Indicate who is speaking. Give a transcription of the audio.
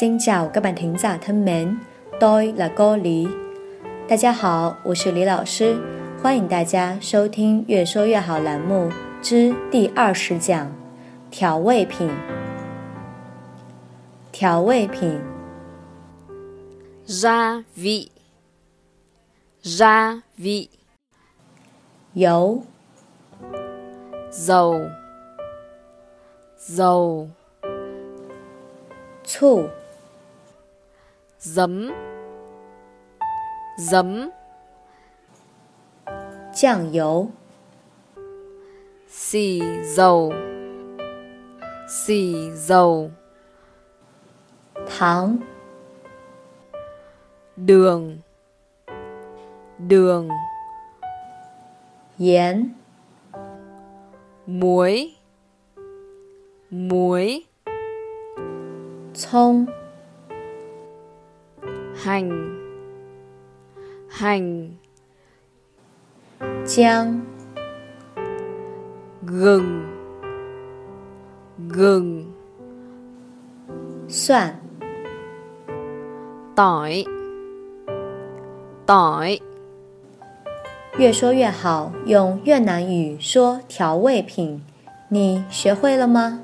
Speaker 1: Xin chào các bạn thính giả thân mến, tôi là cô Lý. 大家好，我是李老师，欢迎大家收听《越说越好》栏目之第二十讲：调味品。调味品
Speaker 2: gia vị gia vị
Speaker 1: 油、
Speaker 2: dầu dầu
Speaker 1: 醋、
Speaker 2: giấm giấm
Speaker 1: 酱油、
Speaker 2: xì dầu xì dầu
Speaker 1: 糖、
Speaker 2: đường đường
Speaker 1: 盐、
Speaker 2: muối muối
Speaker 1: 葱、
Speaker 2: hành hành
Speaker 1: 姜、
Speaker 2: gừng gừng
Speaker 1: 蒜、
Speaker 2: tỏi tỏi
Speaker 1: 越说越好，用越南语说调味品，你学会了吗？